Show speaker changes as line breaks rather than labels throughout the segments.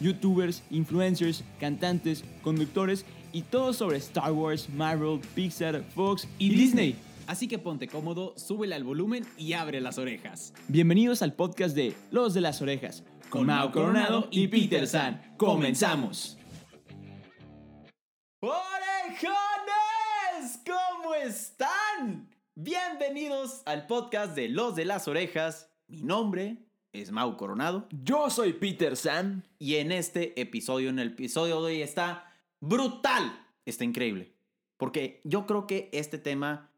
youtubers, influencers, cantantes, conductores y todo sobre Star Wars, Marvel, Pixar, Fox y, Disney.
Así que ponte cómodo, súbele al volumen y abre las orejas.
Bienvenidos al podcast de Los de las Orejas con Mao Coronado y Peter San. Comenzamos.
¡Orejones! ¿Cómo están? Bienvenidos al podcast de Los de las Orejas. Mi nombre es Mau Coronado
Yo soy Peter San.
y en este episodio, en el episodio de hoy está brutal, está increíble. Porque yo creo que este tema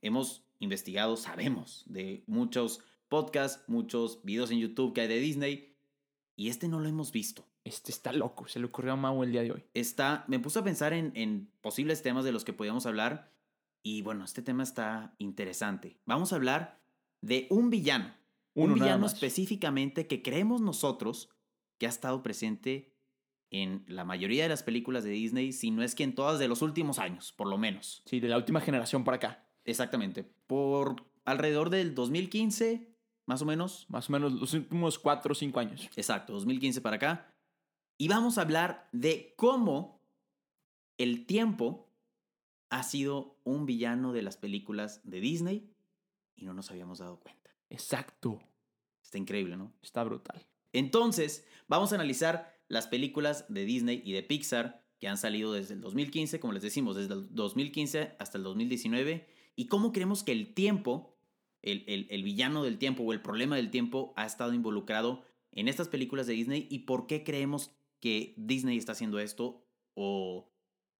hemos investigado, sabemos de muchos podcasts, muchos videos en YouTube que hay de Disney y este no lo hemos visto.
Este está loco, se le ocurrió a Mao el día de hoy.
está, me puse a pensar en, en posibles temas de los que podíamos hablar. Y bueno, este tema está interesante. Vamos a hablar de un villano.
Uno
un
nada
villano
más.
específicamente que creemos nosotros que ha estado presente en la mayoría de las películas de Disney, si no es que en todas de los últimos años, por lo menos.
Sí, de la última generación para acá.
Exactamente. Por alrededor del 2015, más o menos,
Más o menos los últimos 4 o 5 años.
Exacto, 2015 para acá. Y vamos a hablar de cómo el tiempo ha sido un villano de las películas de Disney y no nos habíamos dado cuenta.
Exacto.
Está increíble, ¿no?
Está brutal.
Entonces, vamos a analizar las películas de Disney y de Pixar que han salido desde el 2015, como les decimos, desde el 2015 hasta el 2019, y cómo creemos que el tiempo, el, el- el villano del tiempo o el problema del tiempo ha estado involucrado en estas películas de Disney y por qué creemos que Disney está haciendo esto o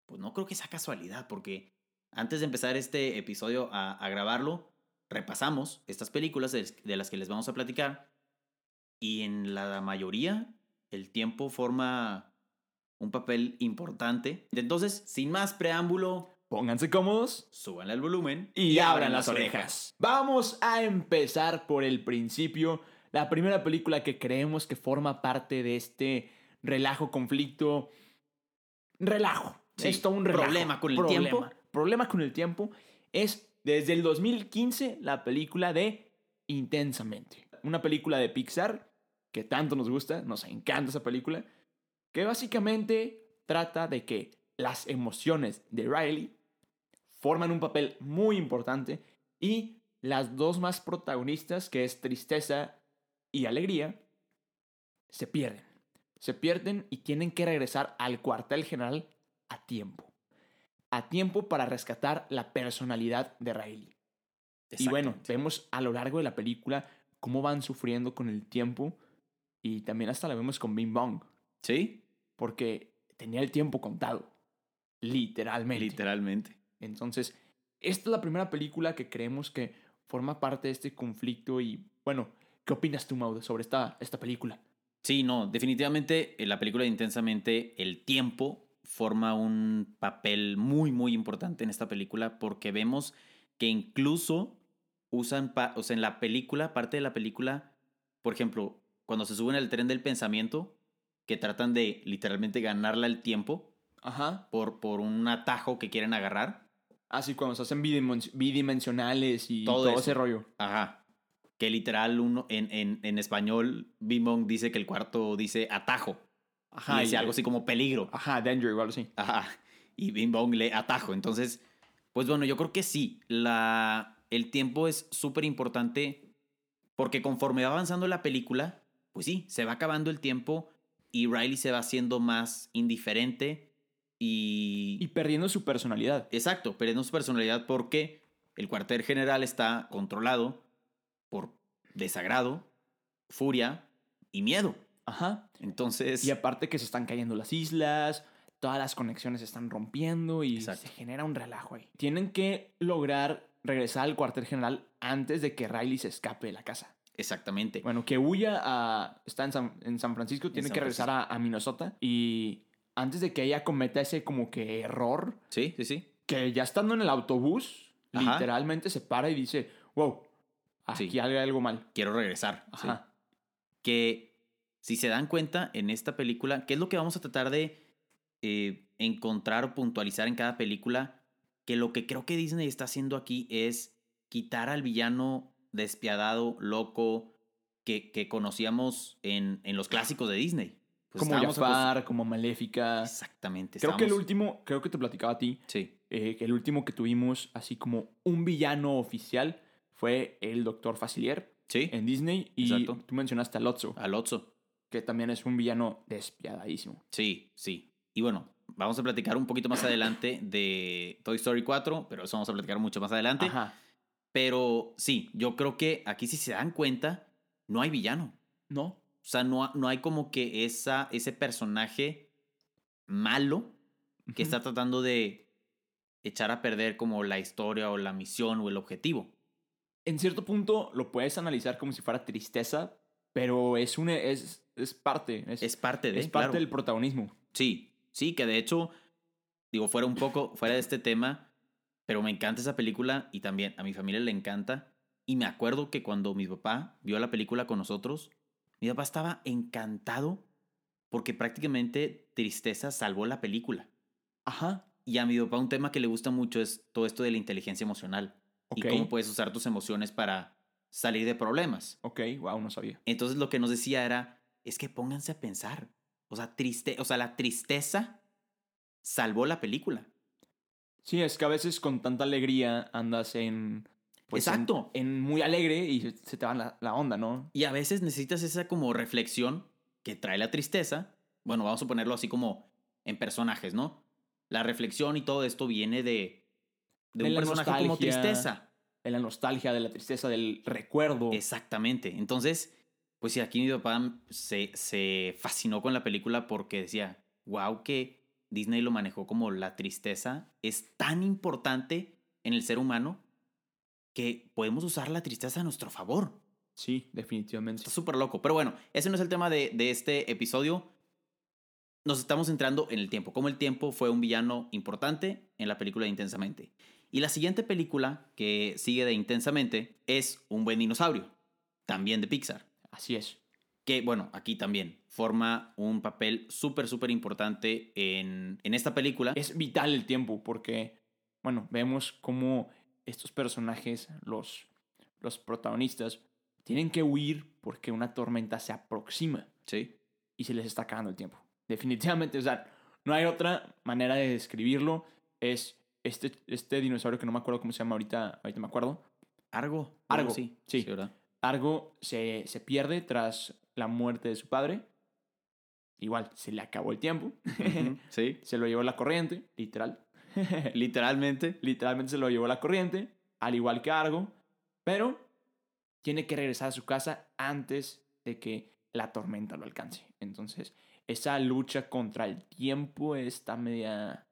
pues no creo que sea casualidad, porque antes de empezar este episodio a, a grabarlo, repasamos estas películas de- de las que les vamos a platicar y en la mayoría el tiempo forma un papel importante. Entonces, sin más preámbulo,
Pónganse cómodos
súbanle al volumen
y abran las orejas. Vamos a empezar por el principio. La primera película que creemos que forma parte de este relajo, conflicto. Relajo.
Sí,
es todo un relajo.
problema con el tiempo.
Problema con el tiempo es desde el 2015 la película de Intensamente. Una película de Pixar que tanto nos gusta, nos encanta esa película, que básicamente trata de que las emociones de Riley forman un papel muy importante y las dos más protagonistas, que es tristeza y alegría, se pierden. Se pierden y tienen que regresar al cuartel general a tiempo. A tiempo para rescatar la personalidad de Riley. Y bueno,
Exactamente.
vemos a lo largo de la película cómo van sufriendo con el tiempo. Y también hasta la vemos con Bing Bong,
Sí,
porque tenía el tiempo contado. Literalmente.
literalmente.
Entonces, esta es la primera película que creemos que forma parte de este conflicto. Y bueno, ¿qué opinas tú, Maud, sobre esta, esta película?
Sí, no, definitivamente en la película de Intensamente el tiempo forma un papel muy, muy importante en esta película porque vemos que incluso usan, pa- o sea, en la película, parte de la película, por ejemplo, cuando se suben al tren del pensamiento, que tratan de literalmente ganarla el tiempo
Ajá.
por, por un atajo que quieren agarrar.
Así Ah, cuando se hacen bidimen- bidimensionales y
Todo
todo,
eso.
ese rollo.
Ajá. Que literal uno, en, en, en español, Bimong dice que el cuarto dice atajo.
Ajá.
y dice
y-
algo así como peligro.
Ajá, Danger, igual así.
Ajá. Y Bing Bong le atajo. Entonces, pues bueno, yo creo que sí. La, el tiempo es súper importante porque conforme va avanzando la película, pues sí, se va acabando el tiempo y Riley se va haciendo más indiferente y...
Y perdiendo su personalidad.
Exacto, perdiendo su personalidad porque el cuartel general está controlado por desagrado, furia y miedo.
Ajá.
Entonces...
Y aparte que se están cayendo las islas, todas las conexiones se están rompiendo y
Exacto.
se genera un relajo ahí. Tienen que lograr regresar al cuartel general antes de que Riley se escape de la casa.
Exactamente.
Bueno, que huya a... Está en San, en San Francisco, tiene
San
que regresar a, a Minnesota. Y antes de que ella cometa ese como que error,
Sí, sí, sí.
que ya estando en el autobús,
Ajá.
literalmente se para y dice, wow,
Sí.
aquí hay algo mal.
Quiero regresar. sí.
Ajá.
que si se dan cuenta en esta película, ¿qué es lo que vamos a tratar de eh, encontrar o puntualizar en cada película? Que lo que creo que Disney está haciendo aquí es quitar al villano despiadado, loco, que, que conocíamos en, en los clásicos de Disney. Pues
como
estábamos
Jafar, como Maléfica.
acos- Exactamente.
Creo que el
estábamos-
último, creo que te platicaba a ti,
Sí,
eh, que el último que tuvimos así como un villano oficial fue el Doctor Facilier
sí.
en Disney. Y
Exacto.
tú mencionaste a Lotso,
Al Otso.
que también es un villano despiadadísimo.
Sí, sí. Y bueno, vamos a platicar un poquito más adelante de Toy Story 4, pero eso vamos a platicar mucho más adelante.
Ajá.
Pero sí, yo creo que aquí si se dan cuenta, no hay villano.
¿No?
O sea, no, ha- no hay como que esa, ese personaje malo que está tratando de echar a perder como la historia o la misión o el objetivo.
En cierto punto lo puedes analizar como si fuera tristeza, pero es, un, es, es parte. Es,
Es parte de...
es parte
claro.
del protagonismo.
Sí, sí, que de hecho, digo, fuera un poco, fuera de este tema, pero me encanta esa película y también a mi familia le encanta. Y me acuerdo que cuando mi papá vio la película con nosotros, mi papá estaba encantado porque prácticamente Tristeza salvó la película.
Ajá.
Y a mi papá un tema que le gusta mucho es todo esto de la inteligencia emocional
Ok.
y cómo puedes usar tus emociones para salir de problemas.
Ok, wow, no sabía.
Entonces lo que nos decía era, es que pónganse a pensar. O sea, triste, o sea, la tristeza salvó la película.
Sí, es que a veces con tanta alegría andas en. pues, en-
Exacto.
En, muy alegre y se- se te va la, la onda, ¿no?
Y a veces necesitas esa como reflexión que trae la tristeza. Bueno, vamos a ponerlo así como en personajes, ¿no? La reflexión y todo esto viene de, de
De
un
la
personaje como
nostalgia.
tristeza.
De la nostalgia, de la tristeza, del recuerdo.
Exactamente. Entonces, pues sí, aquí mi papá se, se fascinó con la película porque decía, wow, que Disney lo manejó como la tristeza es tan importante en el ser humano que podemos usar la tristeza a nuestro favor.
Sí, definitivamente.
Está súper loco. Pero bueno, ese no es el tema de, de este episodio. Nos estamos entrando en el tiempo. Cómo el tiempo fue un villano importante en la película de Intensamente. Y la siguiente película que sigue de Intensamente es Un buen dinosaurio, también de Pixar.
Así es.
Que bueno, aquí también forma un papel súper, súper importante en, en esta película.
Es vital el tiempo porque, bueno, vemos cómo estos personajes, los, los protagonistas, tienen que huir porque una tormenta se aproxima
Sí,
y se les está acabando el tiempo. Definitivamente, o sea, no hay otra manera de describirlo. Es este, este dinosaurio que no me acuerdo cómo se llama ahorita, ahorita me acuerdo.
Argo.
Argo,
sí.
sí.
¿verdad?
Argo se, se pierde tras la muerte de su padre. Igual, se le acabó el tiempo.
Ujú, sí.
se lo llevó la corriente, literal.
Literalmente.
Literalmente se lo llevó la corriente, al igual que Argo. Pero tiene que regresar a su casa antes de que la tormenta lo alcance. Entonces, esa lucha contra el tiempo está media,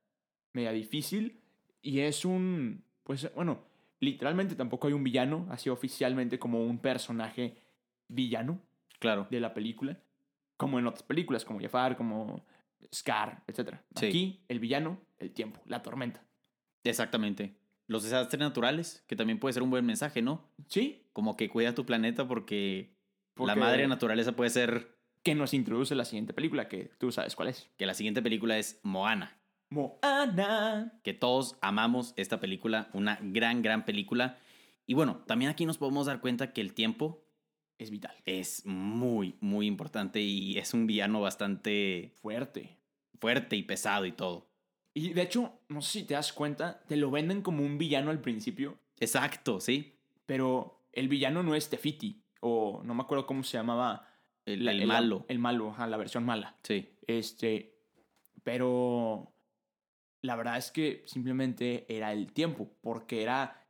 media difícil. Y es un, pues bueno, literalmente tampoco hay un villano, así oficialmente como un personaje villano
Claro.
de la película, como en otras películas, como Jafar, como Scar, etc.
Sí.
Aquí, el villano, el tiempo, la tormenta.
Exactamente. Los desastres naturales, que también puede ser un buen mensaje, ¿no?
Sí,
Como que cuida tu planeta porque, la
porque-
madre naturaleza puede ser
Que nos introduce la siguiente película, que tú sabes cuál es.
que la siguiente película es Moana,
Moana.
que todos amamos esta película, una gran, gran película. Y bueno, también aquí nos podemos dar cuenta que el tiempo
Es vital.
es muy, muy importante y es un villano bastante
Fuerte.
fuerte y pesado y todo.
Y de hecho, no sé si te das cuenta, te lo venden como un villano al principio,
Exacto, sí.
pero el villano no es Tefiti, o no me acuerdo cómo se llamaba.
El,
la-
el malo.
El malo, ajá, la versión mala.
Sí.
Este, pero la verdad es que simplemente era el tiempo, porque era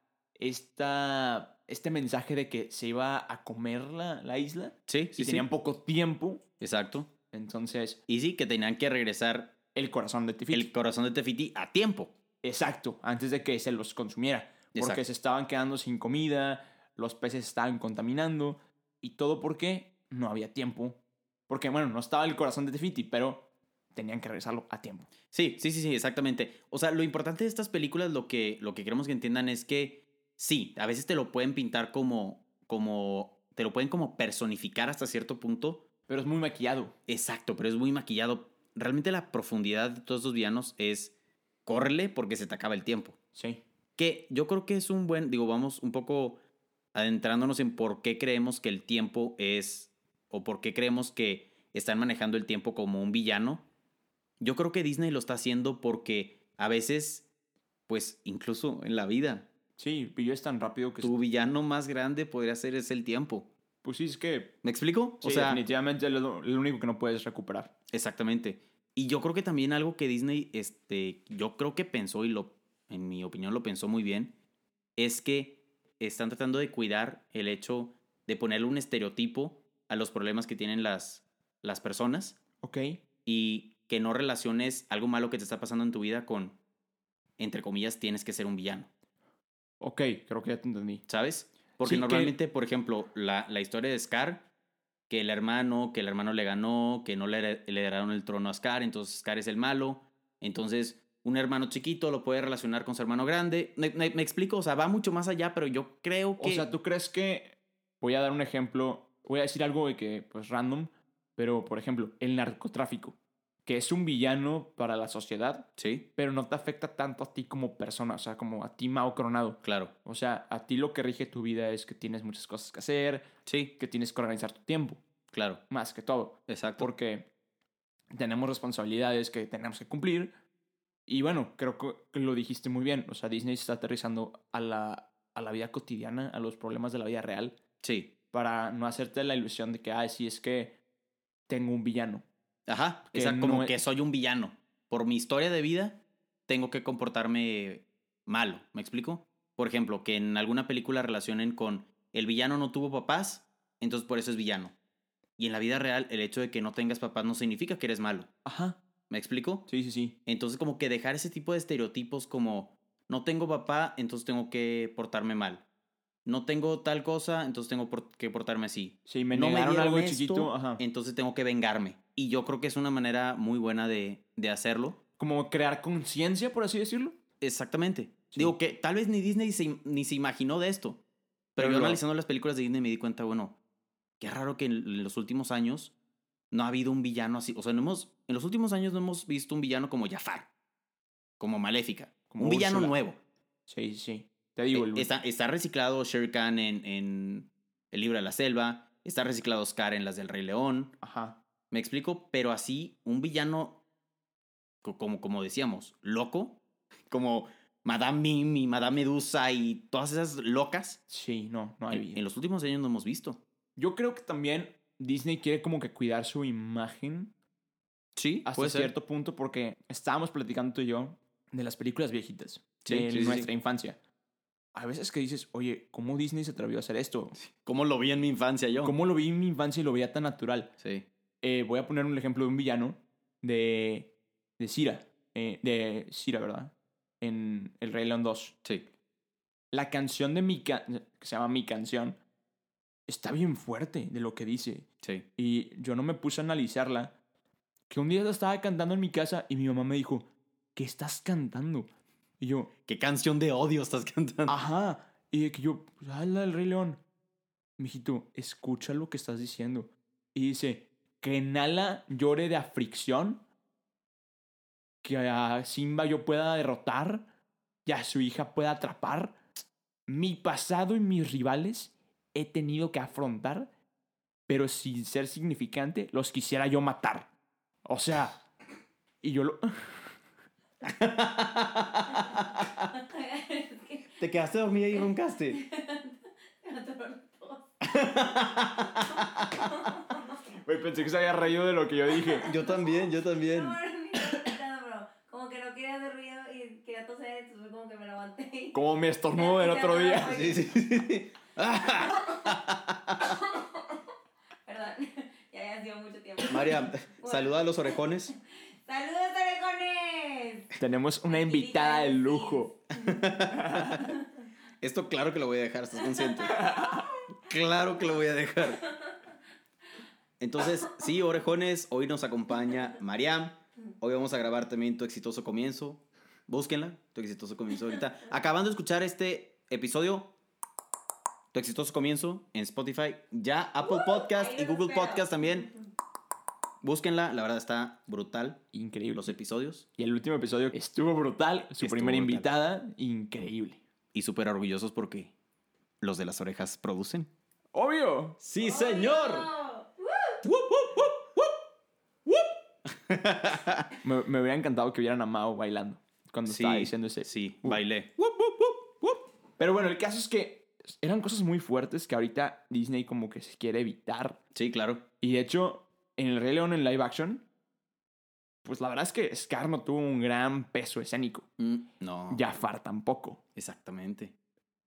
esta, este mensaje de que se iba a comer la, la isla
Sí, sí, sí.
y tenían poco tiempo.
Exacto.
Entonces,
Y sí, que tenían que regresar
el corazón de Tifiti.
el corazón de Tefiti a tiempo.
Exacto, antes de que se los consumiera. Porque
Exacto.
se estaban quedando sin comida, los peces estaban contaminando. Y todo porque no había tiempo. Porque, bueno, no estaba el corazón de Tefiti, pero tenían que regresarlo a tiempo.
Sí, sí, sí, sí, exactamente. O sea, lo importante de estas películas, lo que, lo que queremos que entiendan es que sí, a veces te lo pueden pintar como, como, te lo pueden como personificar hasta cierto punto.
Pero es muy maquillado.
Exacto, pero es muy maquillado. Realmente la profundidad de todos estos villanos es córrele porque se te acaba el tiempo.
Sí.
Que yo creo que es un buen, digo, vamos un poco adentrándonos en por qué creemos que el tiempo es, o por qué creemos que están manejando el tiempo como un villano. Yo creo que Disney lo está haciendo porque a veces, pues incluso en la vida,
Sí, y yo es tan rápido que...
tu villano más grande podría ser es el tiempo.
Pues sí, es que...
¿Me explico?
o sea, definitivamente es lo, lo único que no puedes recuperar.
Exactamente. Y yo creo que también algo que Disney, este, yo creo que pensó y lo, en mi opinión lo pensó muy bien, es que están tratando de cuidar el hecho de ponerle un estereotipo a los problemas que tienen las, las personas
Ok.
y que no relaciones algo malo que te está pasando en tu vida con, entre comillas, tienes que ser un villano,
Ok, creo que ya te entendí.
¿sabes? Porque
Sí, que-
normalmente, por ejemplo, la, la historia de Scar, que el hermano, que el hermano le ganó, que no le, hered- le heredaron el trono a Scar, entonces Scar es el malo, entonces un hermano chiquito lo puede relacionar con su hermano grande. Me, me- me explico, o sea, va mucho más allá, pero yo creo que...
O sea, ¿tú crees que... Voy a dar un ejemplo, voy a decir algo de que, pues, random, pero, por ejemplo, el narcotráfico, que es un villano para la sociedad,
Sí,
pero no te afecta tanto a ti como persona, o sea, como a ti Mao Coronado.
claro.
O sea, a ti lo que rige tu vida es que tienes muchas cosas que hacer,
Sí,
que tienes que organizar tu tiempo,
claro.
más que todo,
Exacto.
porque tenemos responsabilidades que tenemos que cumplir. Y bueno, creo que que lo dijiste muy bien, o sea, Disney se está aterrizando a la, a la vida cotidiana, a los problemas de la vida real,
Sí.
para no hacerte la ilusión de que, ah, sí, es que tengo un villano.
Ajá.
Que
Exacto, como
no-
que soy un villano. Por mi historia de vida, tengo que comportarme malo. ¿Me explico? Por ejemplo, que en alguna película relacionen con el villano no tuvo papás, entonces por eso es villano. Y en la vida real, el hecho de que no tengas papás no significa que eres malo.
Ajá,
¿Me explico?
sí, sí, sí.
Entonces, como que dejar ese tipo de estereotipos como no tengo papá, entonces tengo que portarme mal. No tengo tal cosa, entonces tengo por- que portarme así
Sí, me
no me
negaron
dieron
algo de
esto,
chiquito, ajá.
entonces tengo que vengarme. Y yo creo que es una manera muy buena de, de hacerlo.
Como crear conciencia, por así decirlo.
Exactamente.
Sí.
Digo que tal vez ni Disney se, ni se imaginó de esto. Pero,
Pero
yo
lo-
analizando las películas de Disney me di cuenta, bueno, qué raro que en, en los últimos años no ha habido un villano así. O sea, no hemos, en los últimos años no hemos visto un villano como Jafar, como Maléfica,
Como
un villano
Úrsula.
nuevo.
Sí, sí, sí. Te digo, el...
Eh, está, está reciclado Shere Khan en, en El Libro de la Selva, está reciclado Scar en las del Rey León.
Ajá.
Me explico, pero así, un villano, co- como, como decíamos, loco, como Madame Mim y Madame Medusa y todas esas locas,
Sí, no, no hay
en,
vida.
en los últimos años no hemos visto.
Yo creo que también Disney quiere como que cuidar su imagen
Sí,
hasta cierto punto porque estábamos platicando tú y yo de las películas viejitas
Sí,
de
sí, sí,
nuestra
sí.
infancia. A veces que dices, oye, ¿cómo Disney se atrevió a hacer esto?
¿Cómo lo vi en mi infancia yo?
¿Cómo lo vi en mi infancia y lo veía tan natural?
Sí.
Eh, voy a poner un ejemplo de un villano de, de Cira, eh, de Cira, ¿verdad? En El Rey León 2.
Sí.
La canción de mi canción, que se llama Mi Canción, está bien fuerte de lo que dice.
Sí.
y yo no me puse a analizarla, que un día la estaba cantando en mi casa y mi mamá me dijo, ¿qué estás cantando? Y yo,
¿Qué canción de odio estás cantando?
ajá. Y de que yo, pues habla del Rey León. Mijito, escucha lo que estás diciendo. Y dice, que Nala llore de aflicción, que a Simba yo pueda derrotar y a su hija pueda atrapar. Mi pasado y mis rivales he tenido que afrontar, pero sin ser significante, los quisiera yo matar. O sea, y yo lo...
Ah.
Es que
¿Te quedaste dormida y roncaste?
me atormentó.
pensé que se había reído de lo que yo dije.
Yo también, yo también.
No, no, ni siquiera, pero como que no quería hacer ruido y quería toser, entonces fue como que me lo aguanté. y-
Como mi estornudo del otro día.
Sí, sí, sí. Ah,
Perdón, ya había sido mucho tiempo.
María, saluda a los orejones.
¡Saludos, orejones!
Tenemos una invitada de lujo.
Esto claro que lo voy a dejar, ¿estás consciente? Claro que lo voy a dejar. Entonces, sí, orejones, hoy nos acompaña Mariam. Hoy vamos a grabar también tu exitoso comienzo. Búsquenla, tu exitoso comienzo ahorita. Acabando de escuchar este episodio, tu exitoso comienzo en Spotify, ya Apple Podcast y
¡Uh! Ahí los
Google
espero.
Podcast también. Búsquenla, la verdad está brutal
Increíble.
los episodios
Y el último episodio estuvo brutal. Su
Estuvo
primera
brutal.
invitada, increíble.
y súper orgullosos porque los de las orejas producen.
¡Obvio!
¡Sí,
¡Obvio! ¡Uh!
Me, me hubiera encantado que hubieran a Mao bailando cuando
Sí,
estaba diciendo ese.
sí,
Uh.
bailé.
Pero bueno, el caso es que eran cosas muy fuertes que ahorita Disney como que se quiere evitar.
Sí, claro.
Y de hecho, en El Rey León en live action, pues la verdad es que Scar no tuvo un gran peso escénico.
Mm, no.
Jafar tampoco.
Exactamente.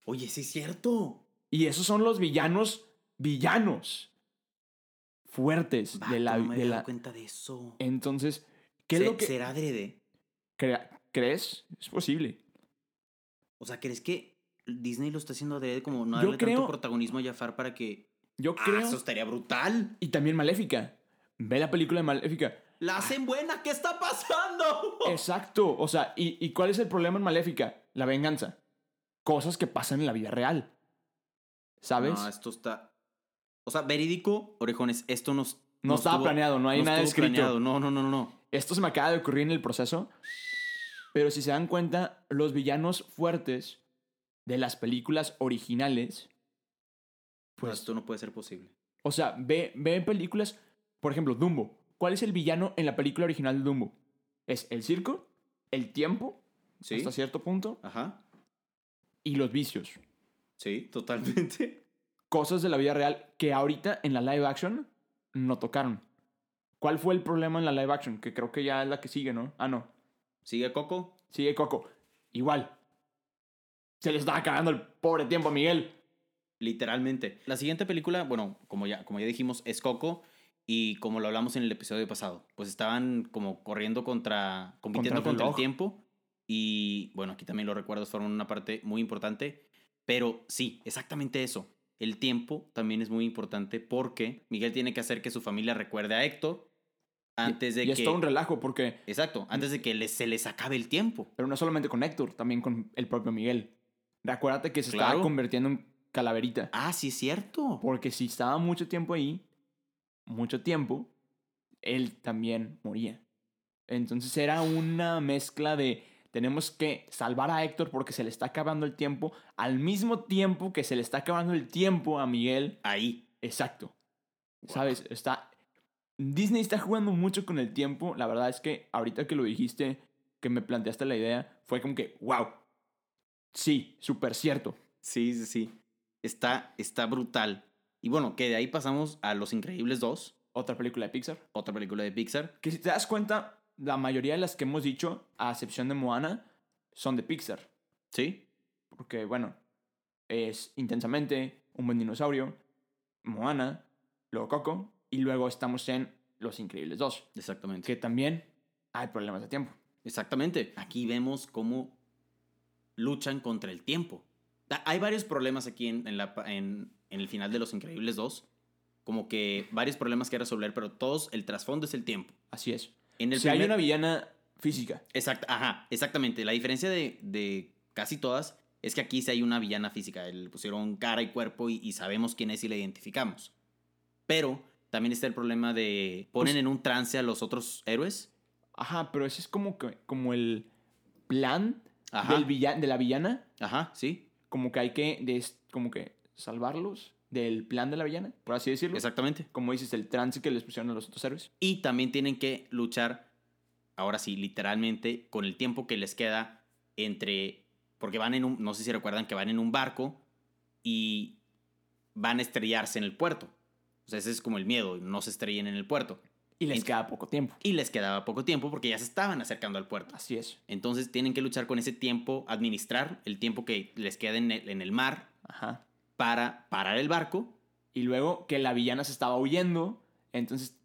Oye, sí es cierto.
Y esos son los villanos, villanos fuertes de la...
Vato, no me
de
había
la-
dado cuenta de eso.
Entonces, ¿qué
Se-
es lo que
¿Será adrede?
crea- crees? Es posible.
O sea, ¿crees que Disney lo está haciendo adrede como no
Yo
darle
creo-
tanto protagonismo a Jafar para que...
Yo
Ah,
creo...
eso estaría brutal.
Y también Maléfica. Ve la película de Maléfica.
¡La hacen buena! ¿Qué está pasando?
Eh, Exacto. O sea, ¿y, y cuál es el problema en Maléfica? La venganza. Cosas que pasan en la vida real. ¿Sabes?
No, esto está... O sea, verídico, orejones, esto nos...
No estaba planeado, no hay nada escrito.
No, no, no, no, no.
Esto se me acaba de ocurrir en el proceso. Pero si se dan cuenta, los villanos fuertes de las películas originales.
No,
Pues,
Esto no puede ser posible.
o sea, ve, ve películas. Por ejemplo, Dumbo. ¿Cuál es el villano en la película original de Dumbo? Es el circo, el tiempo,
¿Sí?
hasta cierto punto,
Ajá.
y los vicios.
Sí, totalmente.
cosas de la vida real que ahorita en la live action no tocaron. ¿Cuál fue el problema en la live action? Que creo que ya es la que sigue, ¿no? Ah, no.
¿Sigue Coco?
Sigue eh, Coco. Igual. Se le estaba cagando el pobre tiempo a Miguel.
Literalmente. La siguiente película, bueno, como ya, como ya dijimos, es Coco. Y como lo hablamos en el episodio pasado, pues estaban como corriendo contra. compitiendo
Contra el
contra el,
reloj.
tiempo. Y bueno, aquí también los recuerdos forman una parte muy importante. Pero sí, exactamente eso. El tiempo también es muy importante porque Miguel tiene que hacer que su familia recuerde a Héctor antes de
y
que.
es todo un relajo porque...
Exacto, antes de que les- se les acabe el tiempo.
Pero no solamente con Héctor, también con el propio Miguel. Recuérdate que se estaba
Claro.
convirtiendo en calaverita.
Ah, sí, es cierto.
Porque si estaba mucho tiempo ahí, mucho tiempo, él también moría. Entonces era una mezcla de tenemos que salvar a Héctor porque se le está acabando el tiempo, al mismo tiempo que se le está acabando el tiempo a Miguel.
Ahí.
Exacto. ¿Sabes? Está Disney está jugando mucho con el tiempo. La verdad es que ahorita que lo dijiste, que me planteaste la idea, fue como que, wow. Sí, súper cierto.
Sí, sí, sí. Está, está brutal. Y bueno, que de ahí pasamos a Los Increíbles 2,
Otra película de Pixar.
otra película de Pixar.
Que si te das cuenta, la mayoría de las que hemos dicho, a excepción de Moana, son de Pixar.
Sí.
Porque, bueno, es Intensamente, Un buen dinosaurio, Moana, luego Coco, y luego estamos en Los Increíbles 2.
Exactamente.
Que también hay problemas de tiempo.
Exactamente. Aquí vemos cómo luchan contra el tiempo. Da- Hay varios problemas aquí en, en la, pa- en, en el final de Los Increíbles 2. Como que varios problemas que resolver, pero todos, el trasfondo es el tiempo.
Así es.
En el
si hay
primer-
una villana física,
Exact- ajá, exactamente. La diferencia de, de casi todas es que aquí sí hay una villana física. Le pusieron cara y cuerpo y, y sabemos quién es y la identificamos. Pero también está el problema de ponen
Pues-
en un trance a los otros héroes.
ajá, pero ese es como, que, como el plan
Ajá,
del villa- de la villana,
ajá, sí,
como que hay que, des- como que salvarlos del plan de la villana, por así decirlo.
exactamente.
como dices, el trance que les pusieron a los otros héroes.
Y también tienen que luchar, ahora sí, literalmente, con el tiempo que les queda entre. Porque van en un. No sé si recuerdan que van en un barco y van a estrellarse en el puerto. O sea, ese es como el miedo, no se estrellen en el puerto.
Y les
Ent-
queda poco tiempo.
Y les quedaba poco tiempo porque ya se estaban acercando al puerto.
Así es.
Entonces tienen que luchar con ese tiempo, administrar el tiempo que les queda en el, en el mar
Ajá.
para parar el barco.
Y luego que la villana se estaba huyendo, entonces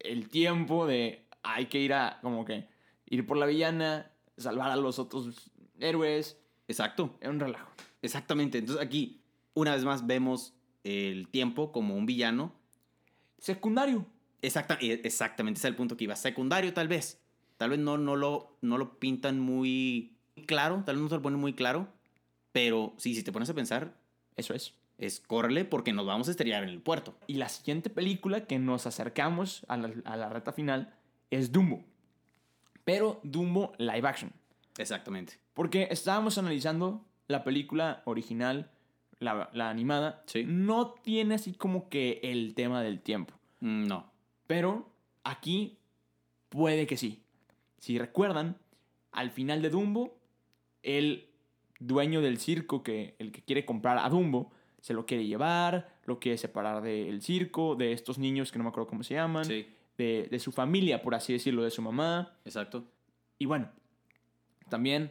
el tiempo de hay que ir a, como que, ir por la villana, salvar a los otros héroes,
Exacto,
es un relajo.
exactamente. Entonces aquí, una vez más, vemos el tiempo como un villano.
Secundario.
Exacta, e- exactamente, ese es el punto que iba. Secundario, tal vez. Tal vez no, no, lo, no lo pintan muy claro, tal vez no se lo ponen muy claro. Pero sí, si te pones a pensar,
Eso es.
es córrele porque nos vamos a estrellar en el puerto.
Y la siguiente película que nos acercamos a la, a la recta final es Dumbo. Pero Dumbo live action.
Exactamente.
Porque estábamos analizando la película original, la, la animada.
Sí.
No tiene así como que el tema del tiempo.
Mm, No.
Pero aquí puede que sí. Si recuerdan, al final de Dumbo, el dueño del circo, que, el que quiere comprar a Dumbo, se lo quiere llevar, lo quiere separar del circo, de estos niños que no me acuerdo cómo se llaman,
Sí,
de, de su familia, por así decirlo, de su mamá.
exacto.
Y bueno, también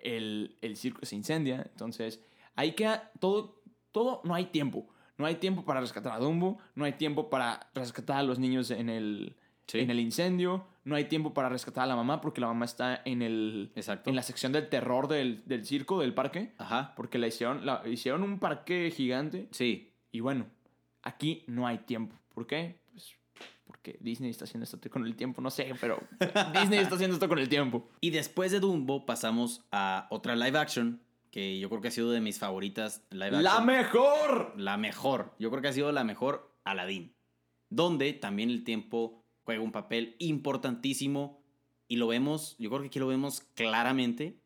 el, el circo se incendia, entonces ahí queda todo, todo, no hay tiempo. No hay tiempo para rescatar a Dumbo, no hay tiempo para rescatar a los niños en el,
Sí,
en el incendio. No hay tiempo para rescatar a la mamá porque la mamá está en, el,
exacto.
en la sección del terror del, del circo, del parque.
Ajá.
Porque la hicieron, la, hicieron un parque gigante.
Sí,
Y bueno, aquí no hay tiempo. ¿Por qué? Pues porque Disney está haciendo esto con el tiempo. No sé, pero Disney está haciendo esto con el tiempo.
Y después de Dumbo pasamos a otra live action, que yo creo que ha sido de mis favoritas live
¡La
action.
mejor!
La mejor. Yo creo que ha sido la mejor Aladdin. Donde también el tiempo juega un papel importantísimo. Y lo vemos, yo creo que aquí lo vemos claramente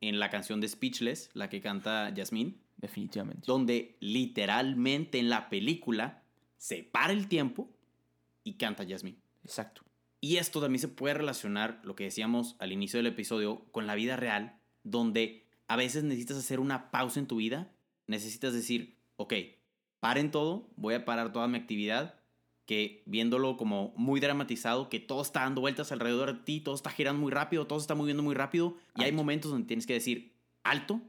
en la canción de Speechless, la que canta Jasmine.
Definitivamente.
Donde literalmente en la película se para el tiempo y canta Jasmine.
Exacto.
Y esto también se puede relacionar, lo que decíamos al inicio del episodio, con la vida real, donde a veces necesitas hacer una pausa en tu vida, necesitas decir, ok, paren todo, voy a parar toda mi actividad, que viéndolo como muy dramatizado, que todo está dando vueltas alrededor de ti, todo está girando muy rápido, todo se está moviendo muy rápido, y hay
Alto.
momentos donde tienes que decir, alto,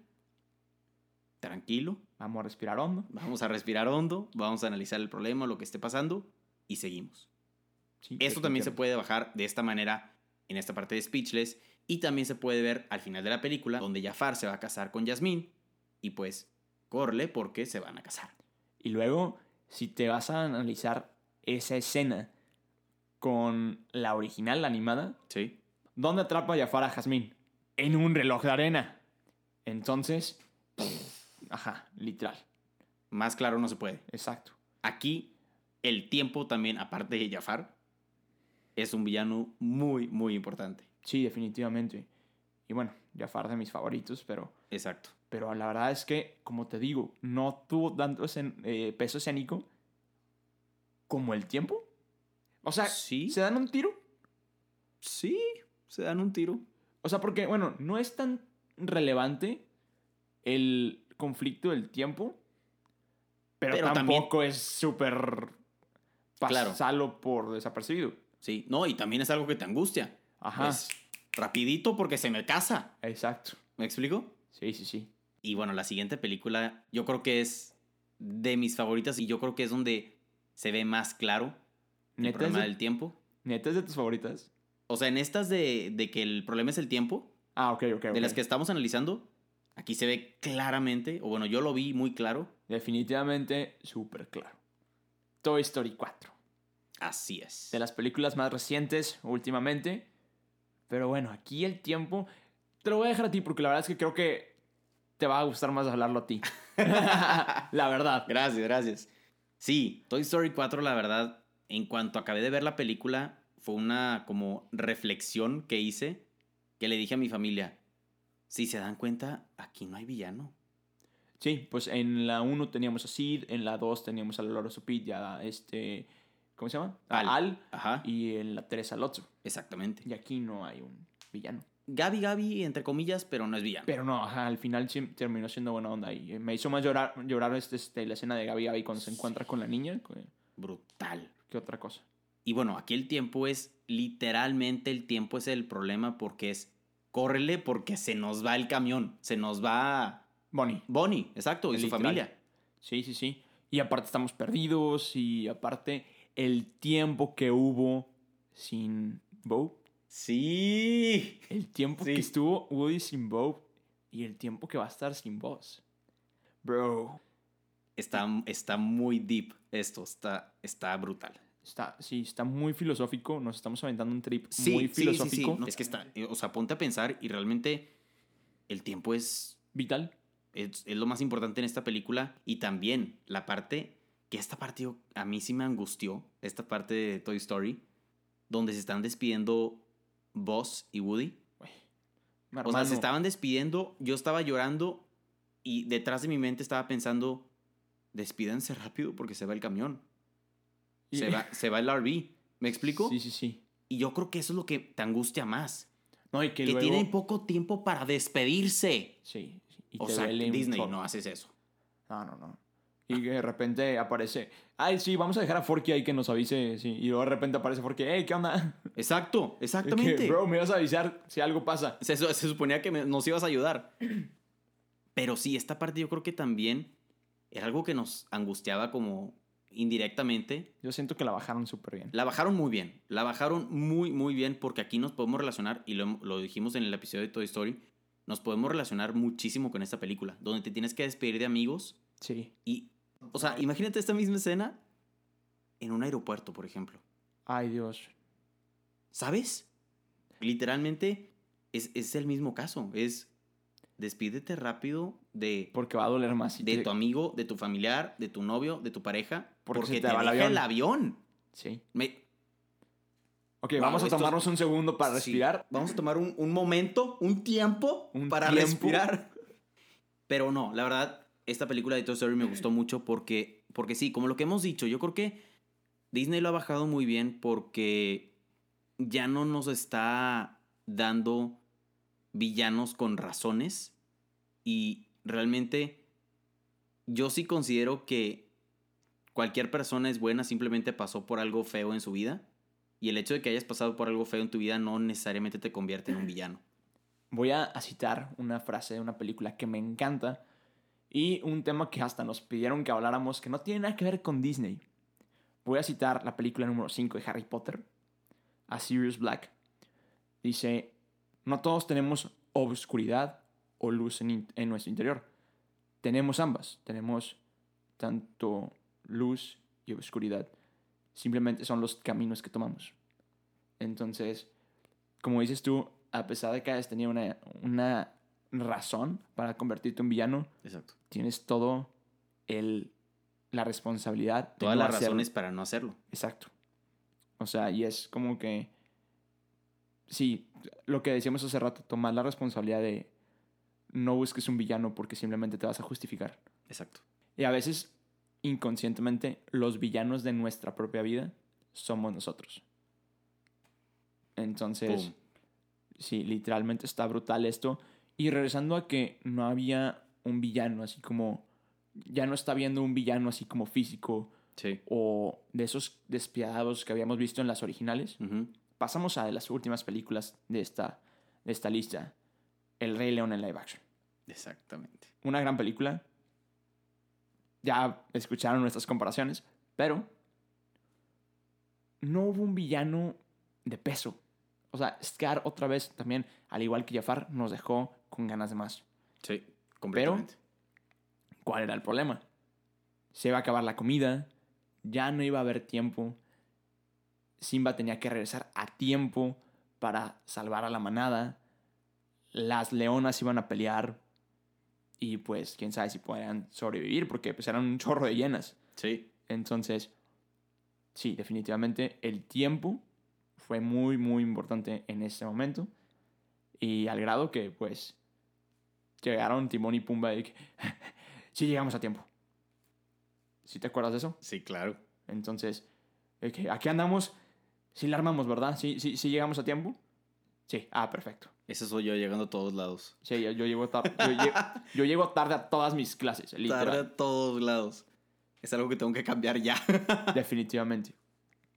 tranquilo,
Vamos a respirar hondo.
vamos a respirar hondo, vamos a analizar el problema, lo que esté pasando, y seguimos.
Sí,
Esto también se
definitivamente.
puede bajar de esta manera en esta parte de Speechless y también se puede ver al final de la película donde Jafar se va a casar con Yasmín y pues corre porque se van a casar.
Y luego, si te vas a analizar esa escena con la original, la animada,
Sí.
¿Dónde atrapa Jafar a Jazmín? En un reloj de arena. Entonces, ajá, literal,
Más claro no se puede.
exacto.
Aquí el tiempo también, aparte de Jafar, es un villano muy, muy importante.
Sí, definitivamente. Y bueno, Jafar de mis favoritos, pero,
Exacto.
pero la verdad es que, como te digo, no tuvo tanto escen- eh, peso escénico como el tiempo. O sea,
Sí.
¿se dan un tiro?
Sí, se dan un tiro.
O sea, porque, bueno, no es tan relevante el conflicto del tiempo, pero,
Pero también-
tampoco es súper
Claro.
pasarlo por desapercibido.
Sí. No, y también es algo que te angustia.
Ajá.
Es rapidito porque se me casa.
Exacto.
¿Me explico?
Sí, sí, sí.
Y bueno, la siguiente película yo creo que es de mis favoritas y yo creo que es donde se ve más claro el
¿Neta es,
problema
de,
del tiempo.
neta es de tus favoritas?
O sea, en estas de, de que el problema es el tiempo,
Ah, ok, ok.
de
ok.
las que estamos analizando, aquí se ve claramente, o bueno, yo lo vi muy claro,
Definitivamente súper claro. Toy Story 4.
así es.
de las películas más recientes últimamente. Pero bueno, aquí el tiempo te lo voy a dejar a ti porque la verdad es que creo que te va a gustar más hablarlo a ti. la verdad.
Gracias, gracias. Sí, Toy Story 4, la verdad, en cuanto acabé de ver la película, fue una como reflexión que hice, que le dije a mi familia, si se dan cuenta, aquí no hay villano.
Sí, pues en la 1 teníamos a Sid, en la 2 teníamos al Loro Supit y a este... ¿Cómo se llama? A
Al.
Al
Ajá,
y en la 3 al Otso.
exactamente.
Y aquí no hay un villano.
Gaby Gaby, entre comillas, pero no es villano.
Pero no, ajá, al final sí terminó siendo buena onda y eh, me hizo más llorar, llorar este, este, la escena de Gaby Gaby cuando se encuentra con la niña que,
Brutal.
que otra cosa.
Y bueno, aquí el tiempo es literalmente el tiempo es el problema porque es córrele porque se nos va el camión, se nos va
Bonnie.
Bonnie, exacto, y su
Literal.
familia.
Sí, sí, sí. Y aparte estamos perdidos y aparte el tiempo que hubo sin Bob,
Sí.
el tiempo
Sí.
que estuvo Woody sin Bob y el tiempo que va a estar sin vos. Bro,
Está, está muy deep esto, está, está brutal.
Está, sí, está muy filosófico. Nos estamos aventando un trip
Sí,
muy
sí, sí, sí,
filosófico.
no, Es que está, eh, o sea, ponte a pensar y realmente el tiempo es,
Vital.
es, es lo más importante en esta película y también la parte que esta parte yo- a mí sí me angustió, esta parte de Toy Story, donde se están despidiendo Buzz y Woody. O sea,
Mi
se
hermano,
estaban despidiendo, yo estaba llorando y detrás de mi mente estaba pensando, despídense rápido porque se va el camión,
y-
se, va, se va el RV. ¿Me explico?
Sí, sí, sí.
Y yo creo que eso es lo que te angustia más.
No, y
que
que, luego...
tienen poco tiempo para despedirse.
Sí. sí, Y
O
te
sea,
duele un
Disney
chorro.
no haces eso.
No, no, no. Y que de repente aparece... Ay, sí, vamos a dejar a Forky ahí que nos avise. Sí. Y luego de repente aparece Forky. Hey, ¿qué onda?
Exacto,
Que,
exactamente.
Bro, me vas a avisar si algo pasa.
se, se suponía que me- nos ibas a ayudar. Pero sí, esta parte yo creo que también era algo que nos angustiaba como indirectamente.
Yo siento que la bajaron súper bien.
La bajaron muy bien, la bajaron muy, muy bien porque aquí nos podemos relacionar, y lo, lo dijimos en el episodio de Toy Story, nos podemos relacionar muchísimo con esta película, donde te tienes que despedir de amigos
Sí.
y, o sea, imagínate esta misma escena en un aeropuerto, por ejemplo.
Ay, Dios.
¿Sabes? Literalmente es, es el mismo caso. Es despídete rápido de,
Porque va a doler más. si
de
te-
tu amigo, de tu familiar, de tu novio, de tu pareja,
Porque
porque,
se
te,
te va el
deja el avión.
Sí.
Me-
Ok,
Wow,
vamos a
esto es-
tomarnos un segundo para
sí,
respirar.
Vamos a tomar un, un momento, un tiempo
Un
para
tiempo.
respirar. Pero no, la verdad, esta película de Toy Story me gustó mucho porque, porque sí, como lo que hemos dicho, yo creo que Disney lo ha bajado muy bien porque ya no nos está dando villanos con razones y realmente yo sí considero que cualquier persona es buena, simplemente pasó por algo feo en su vida. Y el hecho de que hayas pasado por algo feo en tu vida no necesariamente te convierte en un villano.
Voy a a citar una frase de una película que me encanta y un tema que hasta nos pidieron que habláramos que no tiene nada que ver con Disney. Voy a citar la película número 5 de Harry Potter, A Sirius Black. Dice, no todos tenemos obscuridad o luz en, in- en nuestro interior. Tenemos ambas, tenemos tanto luz y obscuridad. Simplemente son los caminos que tomamos. Entonces, como dices tú, a pesar de que hayas tenido una, una razón para convertirte en villano,
Exacto.
tienes todo el la responsabilidad de
Todas
no
las
hacerlo.
razones para no hacerlo.
exacto o sea y es como que sí lo que decíamos hace rato tomar la responsabilidad de no busques un villano porque simplemente te vas a justificar
Exacto.
y a veces inconscientemente los villanos de nuestra propia vida somos nosotros entonces
Pum.
Sí, literalmente está brutal esto. Y regresando a que no había un villano así como... Ya no está viendo un villano así como físico
Sí.
o de esos despiadados que habíamos visto en las originales.
Ujú.
Pasamos a las últimas películas de esta, de esta lista. El Rey León en live action.
Exactamente.
Una gran película. Ya escucharon nuestras comparaciones, pero... No hubo un villano de peso. O sea, Scar otra vez también, al igual que Jafar, nos dejó con ganas de más.
Sí. Completamente.
¿Cuál era el problema? Se iba a acabar la comida, ya no iba a haber tiempo. Simba tenía que regresar a tiempo para salvar a la manada. Las leonas iban a pelear. Y pues, quién sabe si podrían sobrevivir, porque pues eran un chorro de llenas.
Sí.
Entonces, sí, definitivamente el tiempo fue muy, muy importante en este momento. Y al grado que, pues, llegaron Timón y Pumba y que, sí llegamos a tiempo. ¿Sí te acuerdas de eso?
Sí, claro.
Entonces, de que, aquí andamos, sí la armamos, ¿verdad? ¿Sí, sí, sí llegamos a tiempo? Sí, ah, perfecto.
Ese soy yo llegando a todos lados.
Sí, yo, yo llego, tar- yo, lle- yo llego tarde a todas mis clases, literal,
Tarde a todos lados. Es algo que tengo que cambiar ya.
definitivamente.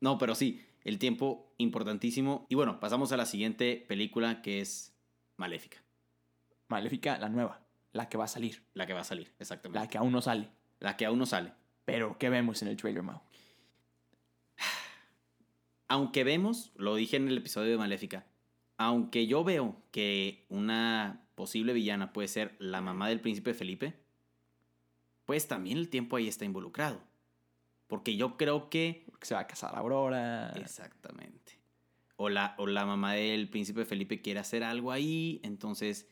No, pero sí, el tiempo importantísimo. Y bueno, pasamos a la siguiente película que es Maléfica,
Maléfica, la nueva, la que va a salir,
la que va a salir,
la
exactamente.
que aún no sale.
La, que aún no sale.
Pero, ¿qué vemos en el trailer, Mau?
Aunque vemos, lo dije en el episodio de Maléfica, aunque yo veo que una posible villana puede ser la mamá del príncipe Felipe, pues también el tiempo ahí está involucrado. Porque yo creo que...
Porque se va a casar Aurora.
Exactamente. O la, o la mamá del príncipe Felipe quiere hacer algo ahí, entonces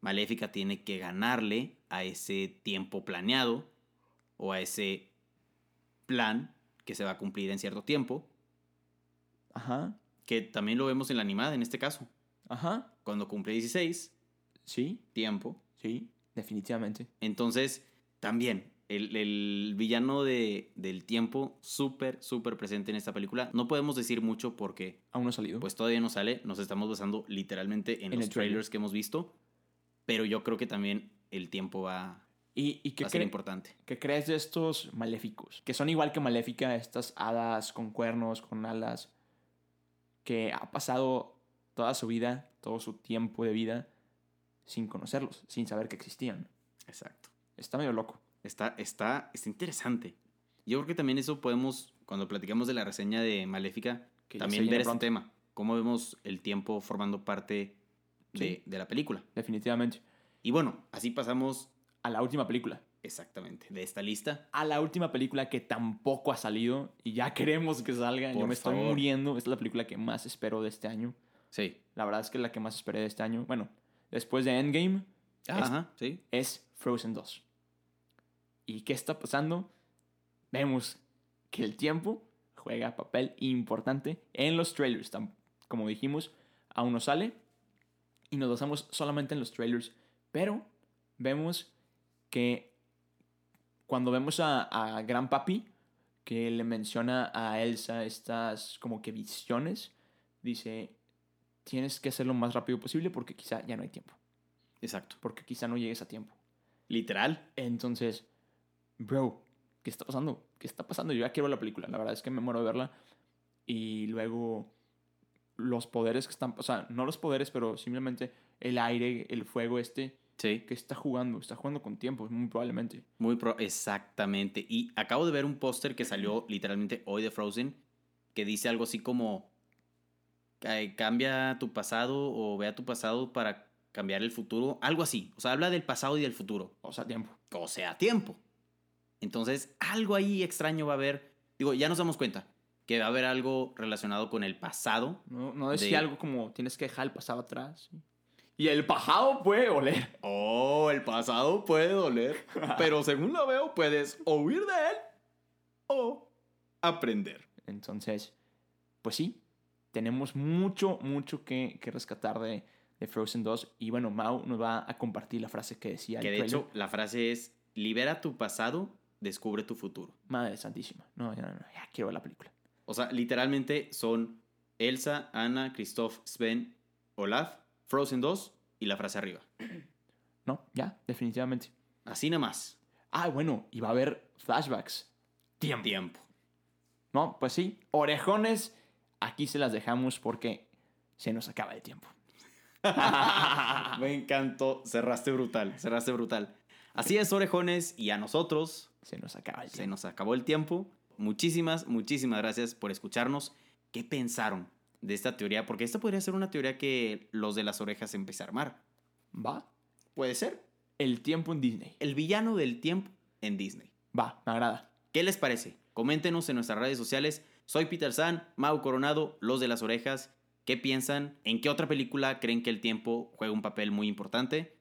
Maléfica tiene que ganarle a ese tiempo planeado o a ese plan que se va a cumplir en cierto tiempo,
Ajá.
que también lo vemos en la animada en este caso.
Ajá.
Cuando cumple 16,
Sí.
tiempo,
Sí. Definitivamente.
Entonces, también, el, el villano de, del tiempo, súper, súper presente en esta película. No podemos decir mucho porque,
Aún no ha salido.
pues todavía no sale. Nos estamos basando literalmente en,
En
los
el trailer.
trailers que hemos visto. Pero yo creo que también el tiempo va
¿Y, y qué,
a ser
cre-
importante.
qué crees de estos maléficos? Que son igual que maléfica, estas hadas con cuernos, con alas, que ha pasado toda su vida, todo su tiempo de vida, sin conocerlos, sin saber que existían.
Exacto.
Está medio loco.
Está, está, está interesante. Yo creo que también eso podemos, cuando platicamos de la reseña de Maléfica,
Que ya se
también
viene
ver este ese
pronto.
tema. Cómo vemos el tiempo formando parte de-
Sí.
de la película.
Definitivamente.
Y bueno, así pasamos
A la última película.
Exactamente, de esta lista.
A la última película que tampoco ha salido y ya queremos que salga. Yo
Por
me estoy
favor.
muriendo. Es la película que más espero de este año.
Sí.
La verdad es que la que más esperé de este año. Bueno, después de Endgame,
Ajá, sí.
es Frozen 2. ¿Y qué está pasando? Vemos que el tiempo juega papel importante en los trailers. Tam- Como dijimos, aún no sale y nos basamos solamente en los trailers. Pero vemos que cuando vemos a, a Gran Papi, que le menciona a Elsa estas como que visiones, dice, tienes que hacerlo lo más rápido posible porque quizá ya no hay tiempo,
Exacto.
porque quizá no llegues a tiempo.
Literal.
Entonces, bro, ¿qué está pasando? ¿Qué está pasando? Yo ya quiero ver la película. La verdad es que me muero de verla. Y luego, los poderes que están. O sea, no los poderes, pero simplemente el aire, el fuego este.
Sí.
Que está jugando. Está jugando con tiempo, muy probablemente.
Muy pro. Exactamente. Y acabo de ver un póster que salió literalmente hoy de Frozen que dice algo así como: eh, cambia tu pasado o vea tu pasado para cambiar el futuro. Algo así. O sea, habla del pasado y del futuro.
O sea, tiempo.
O sea, tiempo. Entonces, algo ahí extraño va a haber. Digo, ya nos damos cuenta que va a haber algo relacionado con el pasado.
No, no decía
De-
algo como tienes que dejar el pasado atrás. Y el pasado puede oler.
Oh, el pasado puede doler, pero según lo veo, puedes o huir de él o aprender.
Entonces, pues sí, tenemos mucho, mucho que, que rescatar de, de Frozen 2. Y bueno, Mau nos va a compartir la frase que decía
Que
el
de
trailer.
hecho, la frase es: libera tu pasado, descubre tu futuro.
Madre santísima. No, ya, no, no, ya quiero ver la película.
O sea, literalmente son Elsa, Anna, Christoph, Sven, Olaf, Frozen 2 y la frase arriba.
No, ya, definitivamente.
Así nada más.
Ah, bueno, y va a haber flashbacks. Tiempo.
Tiempo.
No, pues sí, orejones, aquí se las dejamos porque se nos acaba el tiempo.
Me encantó. Cerraste brutal, cerraste brutal. Así es, orejones, y a nosotros.
Se nos acaba el
Se
tiempo.
nos acabó el tiempo. Muchísimas, muchísimas gracias por escucharnos. ¿Qué pensaron de esta teoría? Porque esta podría ser una teoría que los de las orejas empiezan a armar.
Va.
Puede ser.
El tiempo en Disney.
El villano del tiempo en Disney.
Va, me agrada.
¿Qué les parece? Coméntenos en nuestras redes sociales. Soy Peter San, Mau Coronado, Los de las Orejas. ¿Qué piensan? ¿En qué otra película creen que el tiempo juega un papel muy importante?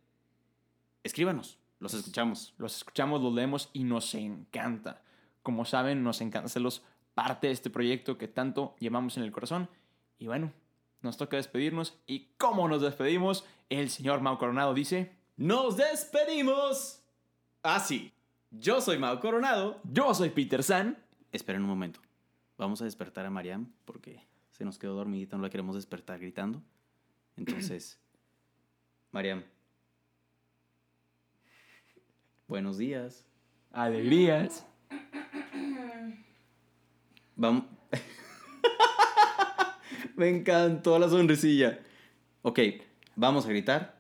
Escríbanos. Los escuchamos.
Los escuchamos, los leemos y nos encanta. Como saben, nos encanta hacerlos parte de este proyecto que tanto llevamos en el corazón. Y bueno, nos toca despedirnos. ¿Y cómo nos despedimos? El señor Mau Coronado dice...
¡Nos despedimos! Así. Yo soy Mau Coronado.
Yo soy Peter San.
Esperen un momento. Vamos a despertar a Mariam porque se nos quedó dormidita, no la queremos despertar gritando. Entonces, Mariam. Buenos días.
Alegrías.
Vamos. Me encantó la sonrisilla. Ok, vamos a gritar.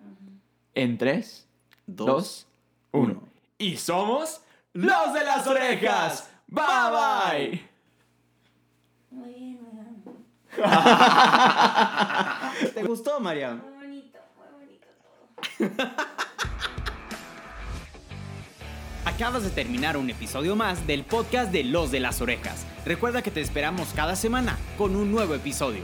En 3,
Dos.
2, 1. Y somos los de las orejas. Bye bye.
Muy bien, oigan.
¿Te gustó, Mariam?
Muy bonito, muy bonito todo.
Acá
Acabas de terminar un episodio más del podcast de Los de las Orejas. Recuerda que te esperamos cada semana con un nuevo episodio.